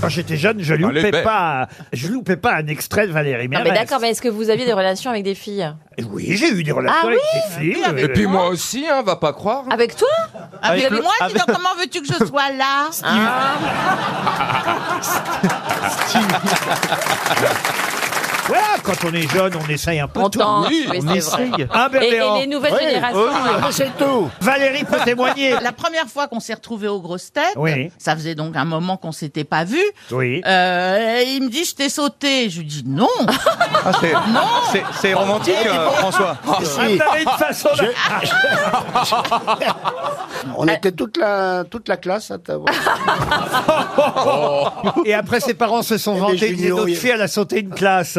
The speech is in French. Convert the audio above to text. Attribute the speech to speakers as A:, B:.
A: quand j'étais jeune, je
B: Allez,
A: loupais
B: ben.
A: pas, je loupais pas un extrait de Valérie
C: Non,
A: Mérès.
C: Ah, mais d'accord, mais est-ce que vous aviez des relations avec des filles
A: Oui, j'ai eu des relations
C: Ah
A: avec
C: oui
A: des filles. oui,
B: Et
A: oui.
B: puis moi aussi, hein, va pas croire.
C: Avec toi
D: Avec
E: Avec le-
D: Ah, moi,
E: avec-
D: sinon comment veux-tu que je sois là hein
A: Voilà, quand on est jeune, on essaye un peu
C: On
A: tout.
C: tente,
B: oui,
C: mais
B: on
C: c'est vrai.
A: Hein,
C: Et, et
A: Berléand
C: les nouvelles
E: Oui,
C: générations.
A: Oh,
C: euh,
E: oui, Ah, c'est tout.
A: Valérie peut témoigner.
D: La première fois qu'on s'est retrouvés aux grosses têtes,
A: Oui.
D: ça faisait donc un moment qu'on s'était pas vus.
A: Oui.
D: Euh, et il me dit je t'ai sauté. Je lui dis non.
F: Ah, c'est- c'est- C'est romantique, euh, François.
A: Vous avez Ah, une façon de-
E: On était toute la, toute la classe à t'avoir.
A: Ah, Et après, ses parents se sont
E: Et les
A: vantés. Ils disaient,
E: juniors,
A: notre
E: il-
A: fille, elle a sauté une classe.